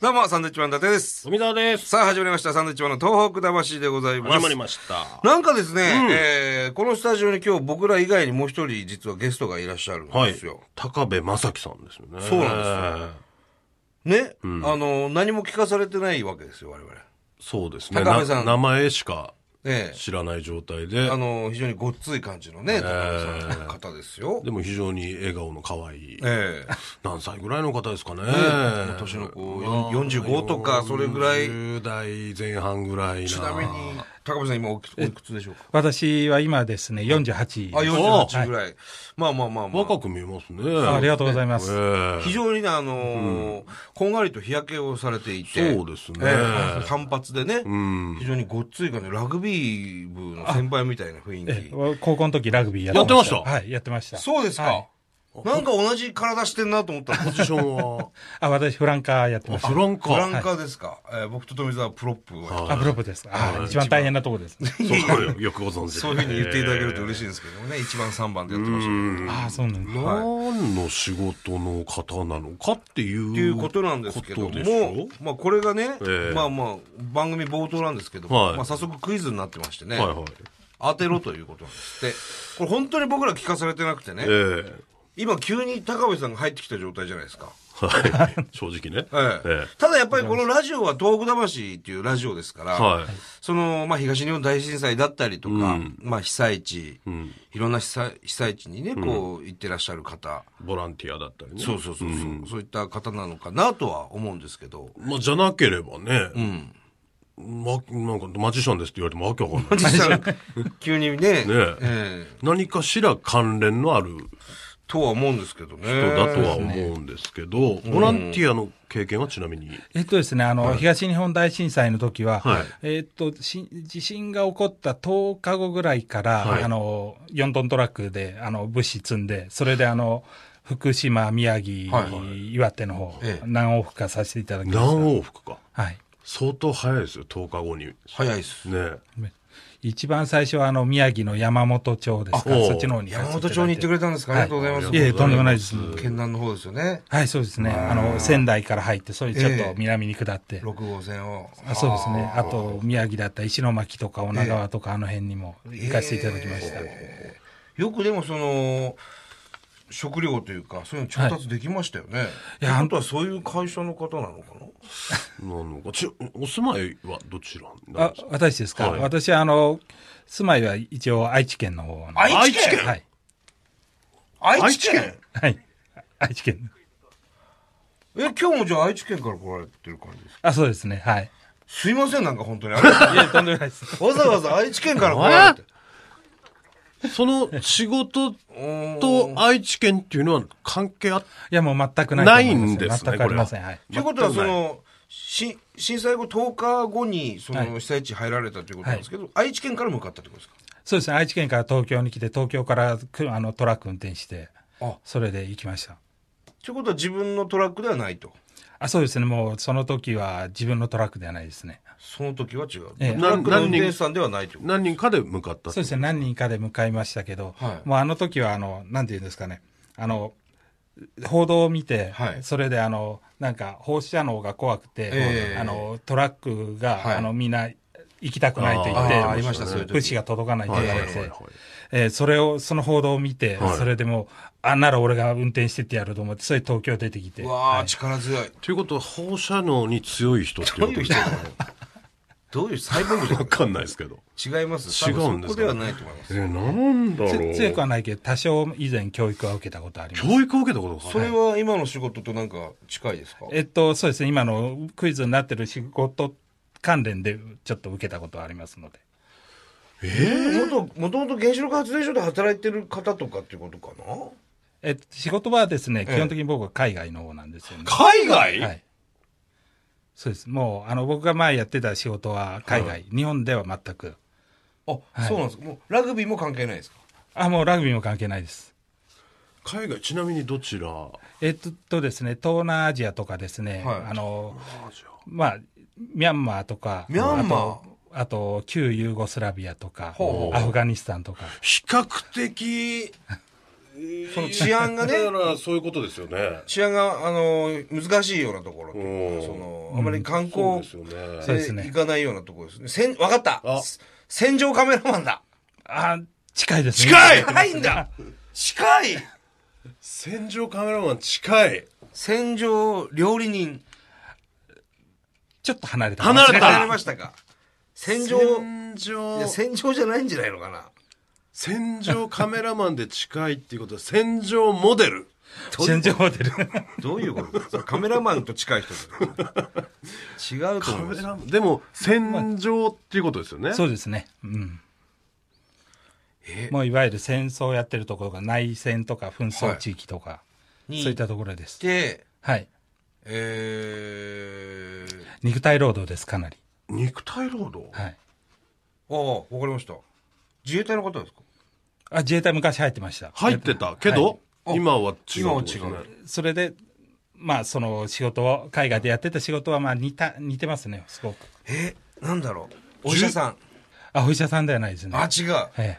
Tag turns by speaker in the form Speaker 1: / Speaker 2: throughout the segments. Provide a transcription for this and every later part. Speaker 1: どうも、サンドウィッチマン伊達です。
Speaker 2: 富澤です。
Speaker 1: さあ、始まりました。サンドウィッチマンの東北魂でございます。
Speaker 2: 始まりました。
Speaker 1: なんかですね、えーこのスタジオに今日僕ら以外にもう一人実はゲストがいらっしゃるん
Speaker 2: は
Speaker 1: で
Speaker 2: い
Speaker 1: すよ。。
Speaker 2: 高部正樹さんですよね。
Speaker 1: そうなん
Speaker 2: です
Speaker 1: ね、あの、何も聞かされてないわけですよ、我々。
Speaker 2: そうですね。
Speaker 1: 高部さん
Speaker 2: な名前しか
Speaker 1: ね
Speaker 2: 知らない状態で
Speaker 1: あ、の、非常にごっつい感じのね、高野さんの方ですよ。
Speaker 2: でも非常に笑顔の可愛い、
Speaker 1: ええ
Speaker 2: 何歳ぐらいの方ですかね。
Speaker 1: 年のこう、
Speaker 2: まあ
Speaker 1: 45とか、それぐらい。
Speaker 2: 40代前半ぐらいな。
Speaker 1: ちなみに、高部さん今おきおいくつでしょうか
Speaker 3: 私は今ですね、48
Speaker 1: あ、
Speaker 3: です。
Speaker 1: 48ぐらい。まあまあまあまあ。
Speaker 2: 若く見えますね。
Speaker 3: あありが
Speaker 2: と
Speaker 3: とうございます。
Speaker 1: 非常にね、あのーこんがりと日焼けをされていて。
Speaker 2: そうですね
Speaker 1: ええ単発でね、
Speaker 2: ん
Speaker 1: 非常にごっつい感じ、ラグビー部の先輩みたいな雰囲
Speaker 3: え
Speaker 1: 気。
Speaker 3: 高校の時ラグビーや
Speaker 2: やってました
Speaker 3: はい、やってました。
Speaker 1: そうですか、
Speaker 3: はい
Speaker 1: なんか同じ体してんなと思ったら、
Speaker 2: ポジションは、
Speaker 3: あ、私フランカーやって
Speaker 2: あ
Speaker 3: ました
Speaker 2: フ。ランカ
Speaker 1: フラ
Speaker 2: ー。
Speaker 1: ンカーですか、えー僕と富澤はプロップを。
Speaker 3: あ、プロップです。あ、一番大変なとこです。
Speaker 2: そうよ、よくご存知で
Speaker 1: そういうふうに言っていただけると嬉しいんですけどもね、一番3番でやってましたけど。
Speaker 3: あ、そうなんだ。
Speaker 2: 何の仕事の方なのかっていう。
Speaker 1: っていうことなんですけども
Speaker 2: ことでしょ、
Speaker 1: まあこれがね、
Speaker 2: ええ
Speaker 1: まあまあ番組冒頭なんですけども、
Speaker 2: はい
Speaker 1: まあ早速クイズになってましてね、
Speaker 2: はいはい。
Speaker 1: 当てろということなんですって。これ本当に僕ら聞かされてなくてね、
Speaker 2: ええ
Speaker 1: 今急に高部さんが入ってきた状態じゃないですか。
Speaker 2: はい。正直ね。
Speaker 1: ええ
Speaker 2: え
Speaker 1: ただやっぱりこのラジオは東北魂っていうラジオですから、
Speaker 2: えはい。
Speaker 1: その、まあ、東日本大震災だったりとか、
Speaker 2: うん
Speaker 1: まあ、被災地、
Speaker 2: ん
Speaker 1: いろんな被災被災地にね、こう、行ってらっしゃる方、
Speaker 2: ボランティアだったりね。
Speaker 1: そうそうそうそう、そういった方なのかなとは思うんですけど、
Speaker 2: まあ、じゃなければね、
Speaker 1: うん。
Speaker 2: ま、なんかマジシャンですって言われてもわけわかんない。
Speaker 1: 実際、急にね、ええ
Speaker 2: 何かしら関連のある
Speaker 1: とは思うんですけどね。
Speaker 2: 人だとは思うんですけど、ボランティアの経験はちなみに。
Speaker 3: えっとですね、あの、東日本大震災の時は、
Speaker 2: はい
Speaker 3: えっと、し地震が起こった10日後ぐらいから、
Speaker 2: はい
Speaker 3: あの、4トントラックで、あの、物資積んで、それであの、福島、宮城、
Speaker 1: はいは
Speaker 3: 岩手の方、
Speaker 1: ええ
Speaker 3: 何往復かさせていただきました。
Speaker 2: 何往復か。
Speaker 3: はい。
Speaker 2: 相当早いですよ、10日後に。ね
Speaker 1: 早いっす。
Speaker 3: 一番最初はあの宮城の山本町ですか
Speaker 2: あおう
Speaker 3: そっちの方に行か
Speaker 1: 山
Speaker 3: せいただい
Speaker 1: 本町に行ってくれたんですか、ありがとうございます。
Speaker 3: いえいえとんでもないです
Speaker 1: 県南の方ですよね。
Speaker 3: はいそうですねあの仙台から入ってそれちょっ
Speaker 1: ええ
Speaker 3: と南に下って、
Speaker 1: 6号線を。
Speaker 3: あそうですねあと宮城だったら石巻とか女川とかあの辺にも行かせていただきました、
Speaker 1: よくでもその、食料というか、そういうの調達できましたよね。いや、本当はそういう会社の方なのかな
Speaker 2: なのか。ち、お住まいはどちらなん
Speaker 3: あ
Speaker 2: ですか
Speaker 3: 私ですか、
Speaker 2: はい
Speaker 3: 私はあの住まいは一応愛知県の方の
Speaker 1: 愛知県
Speaker 3: はい
Speaker 1: 愛知県
Speaker 3: はい愛知県
Speaker 1: え、今日もじゃあ愛知県から来られてる感じですか
Speaker 3: あそうですねはい
Speaker 1: すいません、なんか本当に。 ありがとうござい
Speaker 3: いやとんでもないです
Speaker 1: ますわざわざ愛知県から来られて。
Speaker 2: その仕事
Speaker 1: うーん
Speaker 2: と愛知県っていうのは関係あっ
Speaker 3: いやもう全くないと思
Speaker 2: ないいん
Speaker 3: ます
Speaker 2: ですね
Speaker 3: 全くありませんはい
Speaker 1: ということは、
Speaker 2: 全く
Speaker 1: そ
Speaker 2: ない
Speaker 1: の、し震災後10日後に、そ
Speaker 3: は
Speaker 1: の
Speaker 3: い
Speaker 1: 被災地入られたということなんですけど、愛知県から向かったってことですか
Speaker 3: そうですね、愛知県から東京に来て、東京からくあのトラック運転して、
Speaker 1: あ
Speaker 3: それで行きました。
Speaker 1: ということは自分のトラックではないと。
Speaker 3: あそうですね、もうその時は自分のトラックではないですね。
Speaker 1: その時は違う。
Speaker 3: ええ
Speaker 1: トラックの運転手さんではないってこと。
Speaker 2: 何人かで向かったって
Speaker 3: そうですね、何人かで向かいましたけど、
Speaker 1: はい
Speaker 3: もうあの時はあの、なんていうんですかね、あの報道を見て、
Speaker 1: はい
Speaker 3: それであのなんか放射能が怖くて、
Speaker 1: ええ
Speaker 3: あのトラックが、
Speaker 1: はい
Speaker 3: あのみんな行きたくないと言っ
Speaker 1: あーあり
Speaker 3: て、
Speaker 1: ましたそういう時
Speaker 3: 物資が届かないと
Speaker 2: は
Speaker 3: 言
Speaker 2: いはい
Speaker 3: われ
Speaker 2: はいは
Speaker 3: て
Speaker 2: い。。
Speaker 3: えーそれを、その報道を見て、
Speaker 2: はい
Speaker 3: それでもう、あ、なら俺が運転してってやると思って、それで東京出てきて。
Speaker 1: うわあ、
Speaker 3: はい
Speaker 1: 力強い。
Speaker 2: ということは放射能に強い人ってい う
Speaker 1: ど
Speaker 2: こ
Speaker 1: う
Speaker 2: と
Speaker 1: いう
Speaker 2: です
Speaker 1: 人
Speaker 2: か
Speaker 1: なのどういう細分部じゃ
Speaker 2: わかんないですけど。
Speaker 1: ない違います
Speaker 2: 違うんで
Speaker 1: 多分そこ
Speaker 2: すか
Speaker 1: ではないと思います。
Speaker 2: えー、なんだ
Speaker 3: つ
Speaker 2: ろう。
Speaker 3: 強くはないけど、多少以前教育は受けたことあります。
Speaker 2: 教育を受けたことが
Speaker 1: それは今の仕事となんか近いですか
Speaker 3: えっと、そうですね、今のクイズになってる仕事関連で、ちょっと受けたことはありますので。
Speaker 1: もともと原子力発電所で働いてる方とかっていうことかな
Speaker 3: えっと、仕事はですね、
Speaker 1: ええ
Speaker 3: 基本的に僕は海外の方なんですよね。
Speaker 2: 海外
Speaker 3: はい。そうです。もう、あの、僕が前やってた仕事は海外、日本では全く。
Speaker 1: あ、そうなんですか。もうラグビーも関係ないですか
Speaker 3: あ、もうラグビーも関係ないです。
Speaker 2: 海外、ちなみにどちら
Speaker 3: えっととですね、東南アジアとかですね、
Speaker 1: はい
Speaker 3: あの、まあ、ミャンマーとか、
Speaker 1: ミャンマー
Speaker 3: あとあと旧ユーゴスラビアとか
Speaker 1: ほうほ、
Speaker 3: アフガニスタンとか、
Speaker 2: 比較的、
Speaker 1: その治安がね
Speaker 2: だからそういうことですよね。
Speaker 1: 治安があの難しいようなところという
Speaker 2: うん
Speaker 1: かそのあまり観光
Speaker 2: そうですよね。
Speaker 3: そうですね
Speaker 1: で行かないようなところですねせんわかった
Speaker 2: あ
Speaker 1: 戦場カメラマンだ
Speaker 3: あ、近いですね。
Speaker 2: 近い
Speaker 1: 近いんだ近い
Speaker 2: 戦場カメラマン近い。
Speaker 1: 戦場料理人
Speaker 3: ちょっと離れた。
Speaker 2: 離れた
Speaker 1: 離れましたか戦場
Speaker 2: 戦場
Speaker 1: いや戦場じゃないんじゃないのかな
Speaker 2: 戦場カメラマンで近いっていうことは戦場モデル。
Speaker 3: 戦場ホ テル。
Speaker 1: どういうこと ですかカメラマンと近い人ですよ違うと
Speaker 2: カ
Speaker 1: 思いま
Speaker 2: メ
Speaker 1: す
Speaker 2: ラマンでも戦場っていうことですよね。
Speaker 3: そうですね。うん
Speaker 1: え。
Speaker 3: もういわゆる戦争をやってるところが内戦とか紛争地域とか、
Speaker 1: に
Speaker 3: そういったところです。
Speaker 1: で
Speaker 3: はい。
Speaker 1: えー、
Speaker 3: 肉体労働です、かなり。
Speaker 2: 肉体労働。
Speaker 3: はい。
Speaker 1: ああわかりました自衛隊の方ですか
Speaker 3: あ、自衛隊昔入ってました。
Speaker 2: 入ってたけど、
Speaker 1: はい
Speaker 2: 今は違うってことですね、
Speaker 1: 今は違う
Speaker 3: それで、まあ、その仕事を、海外でやってた仕事は、まあ、似た、似てますね、すごく。
Speaker 1: えなんだろうお医者さん
Speaker 3: あ、お医者さんではないですね。
Speaker 1: あ違う
Speaker 3: え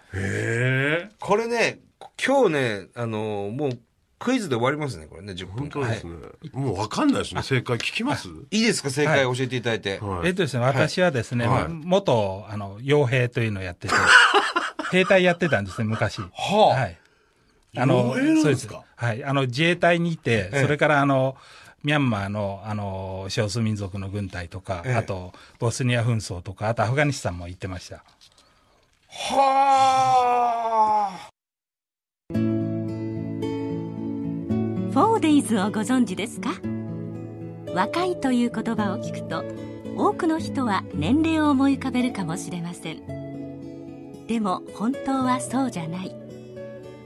Speaker 2: へ
Speaker 3: え。
Speaker 2: え。
Speaker 1: これね今日ねあのもうクイズで終わりますねこれね10分
Speaker 2: 本
Speaker 1: 間
Speaker 2: 当ですね。もうわかんないですね。正解聞きます
Speaker 1: いいですか正解教えていただいて、
Speaker 2: は
Speaker 3: えっ
Speaker 2: い。
Speaker 3: とですね、私はですね、
Speaker 1: はい
Speaker 3: 元、あの、傭兵というのを やってて、兵隊やってたんですね、昔。
Speaker 1: はあ
Speaker 3: はい。あの、
Speaker 2: 傭兵なんですか
Speaker 3: そうはい。あの、自衛隊にいて、
Speaker 1: ええ
Speaker 3: それから、あの、ミャンマーの、あの、少数民族の軍隊とか、
Speaker 1: ええ
Speaker 3: あと、ボスニア紛争とか、あと、アフガニスタンも行ってました。
Speaker 1: はあ
Speaker 4: フォーデイズをご存知ですか若いという言葉を聞くと多くの人は年齢を思い浮かべるかもしれませんでも本当はそうじゃない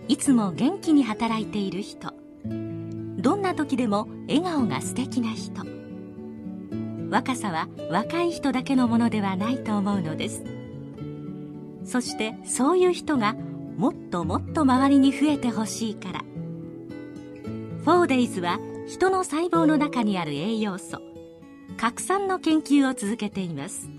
Speaker 4: いつも元気に働いている人どんな時でも笑顔が素敵な人若さは若い人だけのものではないと思うのですそしてそういう人がもっともっと周りに増えてほしいからフォーデイズは人の細胞の中にある栄養素核酸の研究を続けています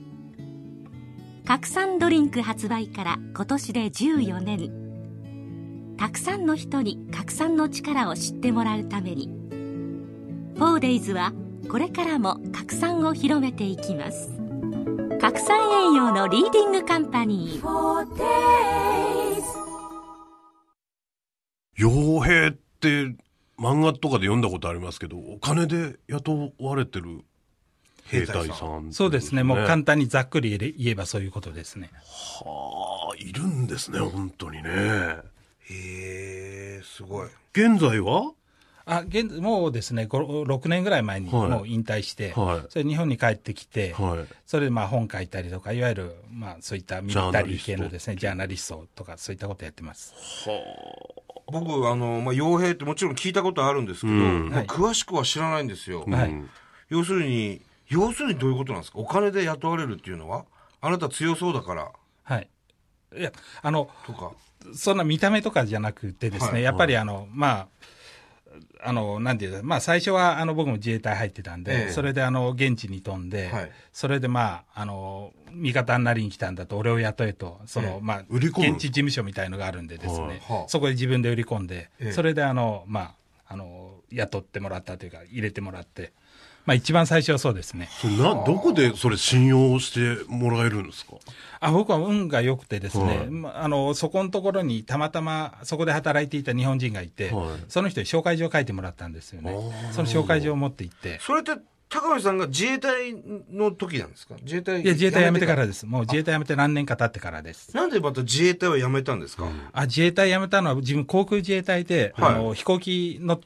Speaker 4: 核酸ドリンク発売から今年で14年たくさんの人に核酸の力を知ってもらうためにフォーデイズはこれからも核酸を広めていきます核酸栄養のリーディングカンパニー
Speaker 2: 傭兵って漫画とかで読んだことありますけど、お金で雇われてる兵隊さん、
Speaker 3: そうですね。もう
Speaker 2: は
Speaker 3: 簡単にざっくり言えばそういうことですね。
Speaker 2: あ、いるんですね、本当にね。
Speaker 1: へえすごい
Speaker 2: 現在は
Speaker 3: あ、現、もうですね、5 6年ぐらい前に
Speaker 2: はい
Speaker 3: もう引退して、
Speaker 2: はい
Speaker 3: それで日本に帰ってきて、
Speaker 2: はい。
Speaker 3: それでまあ本書いたりとか、いわゆるまあそういったミリタリー系のですね、ジャーナリストとかそういったことやってます。
Speaker 1: 僕あの、まあ、傭兵ってもちろん聞いたことあるんですけど、
Speaker 2: うん
Speaker 1: ま
Speaker 3: は
Speaker 1: あ、
Speaker 3: い
Speaker 1: 詳しくは知らないんですよ、
Speaker 3: はい
Speaker 2: うん
Speaker 1: 要するに要するにどういうことなんですかお金で雇われるっていうのはあなた強そうだから
Speaker 3: はい。いや、あの、
Speaker 1: とか
Speaker 3: そんな見た目とかじゃなくてですね、
Speaker 1: はい
Speaker 3: やっぱりあの、まあ、あの、なんていうかまあ最初はあの僕も自衛隊入ってたんで、
Speaker 1: ええ
Speaker 3: それであの、現地に飛んで、
Speaker 1: はい
Speaker 3: それでまあ、あの、味方になりに来たんだと、俺を雇えと、その、
Speaker 1: ええ
Speaker 3: まあ、
Speaker 2: 売り込む
Speaker 3: 現地事務所みたいのがあるんでです
Speaker 1: は
Speaker 3: ね、
Speaker 1: いはあ
Speaker 3: そこで自分で売り込んで、
Speaker 1: ええ
Speaker 3: それであの、まあ、あの、雇ってもらったというか、入れてもらって、まあ一番最初はそうですね。
Speaker 2: それな、どこでそれ信用してもらえるんですか
Speaker 3: あ僕は運が良くてですね、
Speaker 2: はい
Speaker 3: まあのそこのところにたまたまそこで働いていた日本人がいて、
Speaker 2: はい
Speaker 3: その人に紹介状を書いてもらったんですよね
Speaker 2: あー
Speaker 3: その紹介状を持って行って
Speaker 1: それって高橋さんが自衛隊の時なんですか自衛隊
Speaker 3: いや自衛隊辞めてからですもう自衛隊辞めて何年か経ってからです
Speaker 1: なんでまた自衛隊は辞めたんですか、
Speaker 3: あ自衛隊辞めたのは自分航空自衛隊で、
Speaker 1: はい
Speaker 3: あの飛行機乗っ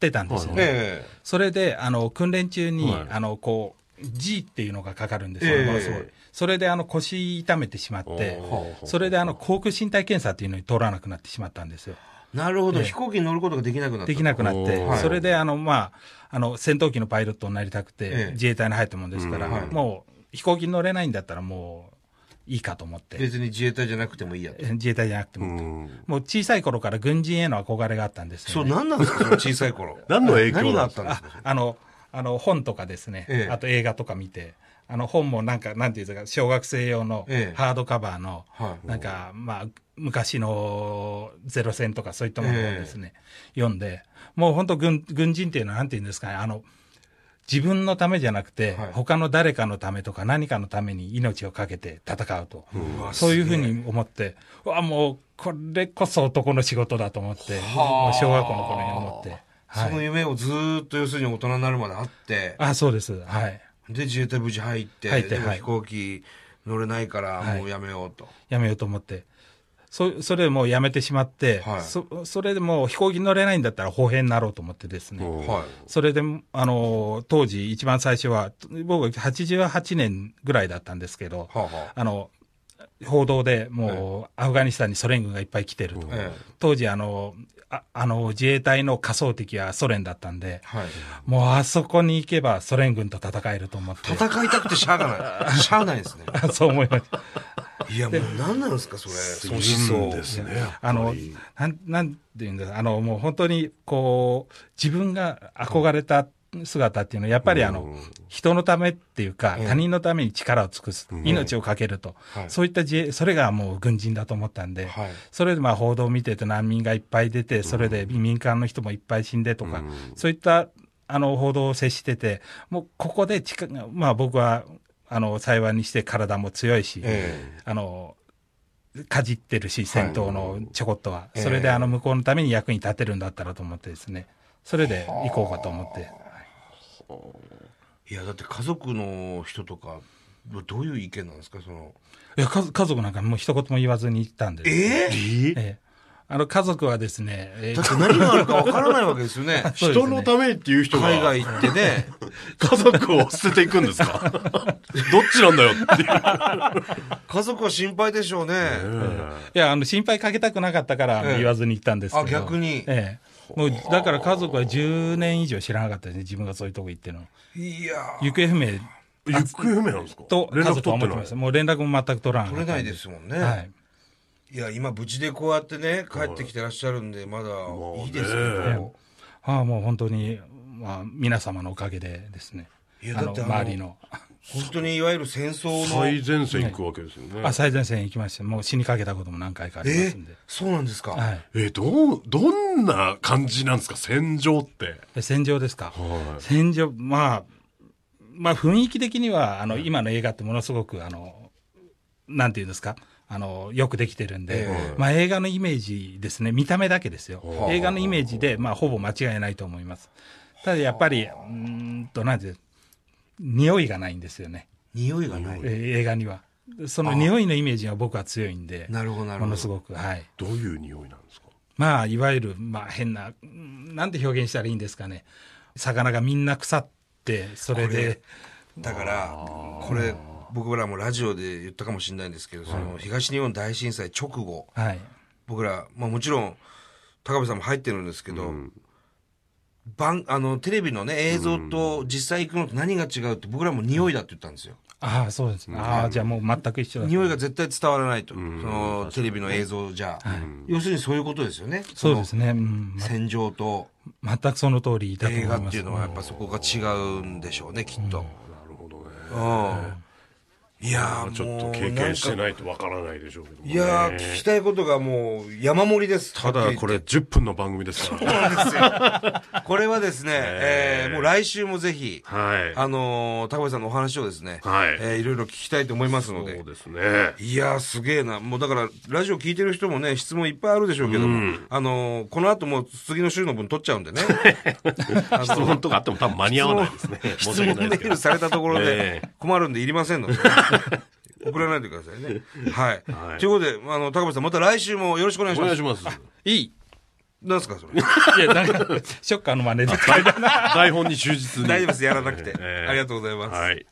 Speaker 3: てたんですよね、
Speaker 1: ええ
Speaker 3: それであの訓練中に、
Speaker 2: はい
Speaker 3: あのこう G っていうのがかかるんですよ、
Speaker 1: ええ
Speaker 3: ものすごいそれであの腰痛めてしまって
Speaker 2: あー
Speaker 3: それであの航空身体検査っていうのに通らなくなってしまったんですよ
Speaker 1: なるほど、
Speaker 3: ええ
Speaker 1: 飛行機に乗ることができなくなった
Speaker 3: できなくなっ
Speaker 2: おー
Speaker 3: て、それであの、まあ、あの戦闘機のパイロットになりたくて、
Speaker 1: ええ
Speaker 3: 自衛隊に入ったもんですから、
Speaker 2: うんはい
Speaker 3: もう飛行機に乗れないんだったら、もういいかと思って、
Speaker 1: 別に自衛隊じゃなくてもいいやと
Speaker 3: え自衛隊じゃなくて
Speaker 2: う
Speaker 3: も、
Speaker 2: ん。
Speaker 3: もう小さい頃から軍人への憧れがあったんです
Speaker 1: そ
Speaker 3: よ、
Speaker 1: う
Speaker 3: ね。
Speaker 1: 何なんですかその小さい頃
Speaker 2: 何の影響
Speaker 1: 何が
Speaker 2: な
Speaker 1: あ
Speaker 2: ん
Speaker 1: っ
Speaker 2: です
Speaker 1: たんです
Speaker 3: あ
Speaker 1: か
Speaker 3: あのあの本とかですね、
Speaker 1: ええ
Speaker 3: あと映画とか見てあの本もなんかなんていうんですか小学生用の
Speaker 1: ええ
Speaker 3: ハードカバーの、
Speaker 1: はい
Speaker 3: なんかまあ昔のゼロ戦とかそういったものをですね、読んでもう本当軍軍人っていうのはなんていうんですかねあの自分のためじゃなくて、
Speaker 1: はい
Speaker 3: 他の誰かのためとか何かのために命を懸けて戦うと、
Speaker 1: うわ
Speaker 3: そういうふうに思って、うわ、もう、これこそ男の仕事だと思って、もう小学校の頃に思って。
Speaker 1: その
Speaker 3: はい。
Speaker 1: 夢をずーっと要するに大人になるまであって、
Speaker 3: あ、そうです。はい。
Speaker 1: で自衛隊無事入って、
Speaker 3: 入って
Speaker 1: でも
Speaker 3: はい
Speaker 1: 飛行機乗れないから
Speaker 3: はい
Speaker 1: もうやめようと。
Speaker 3: やめようと思って。そそれでもうやめてしまって、
Speaker 1: はい
Speaker 3: そそれでもう飛行機乗れないんだったら砲兵になろうと思ってですね。
Speaker 2: うん
Speaker 1: はい
Speaker 3: それで、あの、当時一番最初は、僕88年ぐらいだったんですけど、
Speaker 1: はあは
Speaker 3: あの、報道でもうアフガニスタンにソ連軍がいっぱい来てると。
Speaker 1: あ。え
Speaker 3: 当時あの、ああの自衛隊の仮想敵はソ連だったんで
Speaker 1: え、はい。
Speaker 3: もうあそこに行けばソ連軍と戦えると思って、
Speaker 1: 戦いたくてしゃあが ない。しゃあないですね。
Speaker 3: そう思いました。
Speaker 1: いやもう何なんですかそれ。
Speaker 2: す
Speaker 1: そ
Speaker 2: る
Speaker 1: の
Speaker 2: ん
Speaker 1: 思想
Speaker 2: ですね。やっぱ
Speaker 3: あ
Speaker 2: り
Speaker 3: の、なん、なんて言うんですか、あの、もう本当に、こう、自分が憧れた姿っていうのは、やっぱりあ
Speaker 2: うん
Speaker 3: の、人のためっていうか、
Speaker 1: うん
Speaker 3: 他人のために力を尽くす
Speaker 2: う、ん
Speaker 3: 命を懸けると
Speaker 1: は、い
Speaker 3: そういった自衛、それがもう軍人だと思ったんで、
Speaker 1: はい。
Speaker 3: それでまあ報道を見てて難民がいっぱい出て、それで民間の人もいっぱい死んでとか、
Speaker 2: うん
Speaker 3: そういったあの報道を接してて、もうここで近く、まあ僕はあの幸いにして体も強いし、
Speaker 1: え
Speaker 3: あの、かじってるし、戦闘のちょこっとは。
Speaker 1: ええ
Speaker 3: それであの向こうのために役に立てるんだったらと思ってですね、それで行こうかと思って。
Speaker 1: え。いやだって家族の人とかどういう意見なんですかその。
Speaker 3: いや家族家族なんかもう一言も言わずに行ったんです。え
Speaker 1: ええ。
Speaker 3: えあの家族はですね、ええ
Speaker 1: だって何があるかわからないわけですよ ね。
Speaker 3: そうです
Speaker 2: 人
Speaker 3: ね
Speaker 2: のためっていう人が
Speaker 1: 海外行ってね。
Speaker 2: 家族を捨てていくんですかどっちなんだよっていう。
Speaker 1: 家族は心配でしょうね。
Speaker 3: いや、あの、心配かけたくなかったから
Speaker 1: ええ
Speaker 3: 言わずに行ったんですけど。
Speaker 1: あ逆に
Speaker 3: ええ。もう、だから家族は10年以上知らなかったですね、自分がそういうとこ行ってるの。
Speaker 1: いやー
Speaker 3: 行方不明
Speaker 2: 行方不明なんですか
Speaker 3: と
Speaker 2: 連
Speaker 3: 家
Speaker 2: 絡
Speaker 3: 族は
Speaker 2: 取って
Speaker 3: 思って
Speaker 2: ない
Speaker 3: ました。もう連絡も全く取らなか
Speaker 1: 取
Speaker 3: った
Speaker 1: れ
Speaker 3: ん
Speaker 1: な
Speaker 3: で。
Speaker 1: いですもんね。
Speaker 3: はい。
Speaker 1: いや今無事でこうやってね帰ってきてらっしゃるんでまだ
Speaker 2: あ
Speaker 1: いいですけ
Speaker 2: ね
Speaker 1: ど、
Speaker 3: ああ、もう本当に、まあ、皆様のおかげでですね。
Speaker 1: いや
Speaker 3: あ
Speaker 1: だ
Speaker 3: の、
Speaker 1: ってあの
Speaker 3: 周りの。
Speaker 1: 本当にいわゆる戦争の
Speaker 2: 最前線行くわけですよね。
Speaker 3: あ、最前線行きまして、もう死にかけたことも何回かありま
Speaker 1: え
Speaker 3: すんで。
Speaker 1: そうなんですか、
Speaker 3: はい。
Speaker 2: えーどう、どんな感じなんですか戦場って。
Speaker 3: え戦場ですか。
Speaker 2: は
Speaker 3: 戦場、まあ、まあ雰囲気的には、あの、今の映画ってものすごく、あの、なんていうんですか、あの、よくできてるんで、
Speaker 1: え
Speaker 3: まあ映画のイメージですね、見た目だけですよ
Speaker 2: は。あ
Speaker 3: 映画のイメージで、まあほぼ間違いないと思います。ただやっぱり、うーんと、なんていう、匂いがないんですよね、
Speaker 1: 匂いがない
Speaker 3: えー映画には。その匂いのイメージが僕は強いんで、
Speaker 1: なるほどなる
Speaker 3: も
Speaker 1: ほ
Speaker 3: の
Speaker 1: ど
Speaker 3: すごく、はい。
Speaker 2: どういう匂いなんですか
Speaker 3: まあ、いわゆる、まあ、変な、うんなんて表現したらいいんですかね。魚がみんな腐って、それで、
Speaker 1: だからこれ僕らもラジオで言ったかもしれないんですけどその東日本大震災直後
Speaker 3: はい。
Speaker 1: 僕ら、まあ、もちろん高部さんも入ってるんですけど、
Speaker 2: うん
Speaker 1: 番あのテレビのね映像と実際行くのと何が違うって僕らも匂いだって言ったんですよ
Speaker 3: ああ、そうですね。ああ、じゃあもう全く一緒だ。
Speaker 1: 匂いが絶対伝わらないと、
Speaker 2: ん
Speaker 1: そのテレビの映像じゃ、要するにそういうことですよね
Speaker 3: そう
Speaker 1: の
Speaker 3: ですね。うん、
Speaker 1: 戦場と
Speaker 3: ま全くその通りだと思
Speaker 1: 映
Speaker 3: いま
Speaker 1: 画
Speaker 3: す。
Speaker 1: っていうのはやっぱそこが違うんでしょうねきっと、
Speaker 2: なるほどね。
Speaker 1: うんいやー
Speaker 2: ちょっと
Speaker 1: もう
Speaker 2: 経験して
Speaker 1: んか
Speaker 2: ないとわからないでしょうけどもね、
Speaker 1: いやー聞きたいことがもう山盛りです
Speaker 2: ただこれ10分の番組ですから、ね。
Speaker 1: はっきり言ってそうなんですよこれはですね、えーもう来週もぜひ、
Speaker 2: はい。
Speaker 1: あのー高橋さんのお話をですね、
Speaker 2: はい
Speaker 1: えーいろいろ聞きたいと思いますので
Speaker 2: そうですね。
Speaker 1: いやーすげえな。もうだから、ラジオ聞いてる人もね、質問いっぱいあるでしょうけども、あのーこの後もう次の週の分取っちゃうん でね。あの
Speaker 2: 質問とかあっても多分間に合わないですね。申
Speaker 1: 質
Speaker 2: し
Speaker 1: 問
Speaker 2: 訳
Speaker 1: メ
Speaker 2: な
Speaker 1: ー
Speaker 2: いですけ
Speaker 1: ル
Speaker 2: ど。
Speaker 1: されたところ
Speaker 2: え
Speaker 1: で困るんでいりませんので、 送らないでくださいね。はい。と、
Speaker 2: はい
Speaker 1: い、うことで、あの、高橋さん、また来週もよろしくお願いし
Speaker 2: お
Speaker 1: ま
Speaker 2: 願い
Speaker 1: す。
Speaker 2: します。
Speaker 3: いい。
Speaker 1: なんすか、それ。
Speaker 3: いや、なんか、 ショッカーの真似で。
Speaker 2: 台本に忠実 に。
Speaker 1: 大丈夫です、やらなくて。
Speaker 2: ええ
Speaker 1: ありがとうございます。
Speaker 2: はい。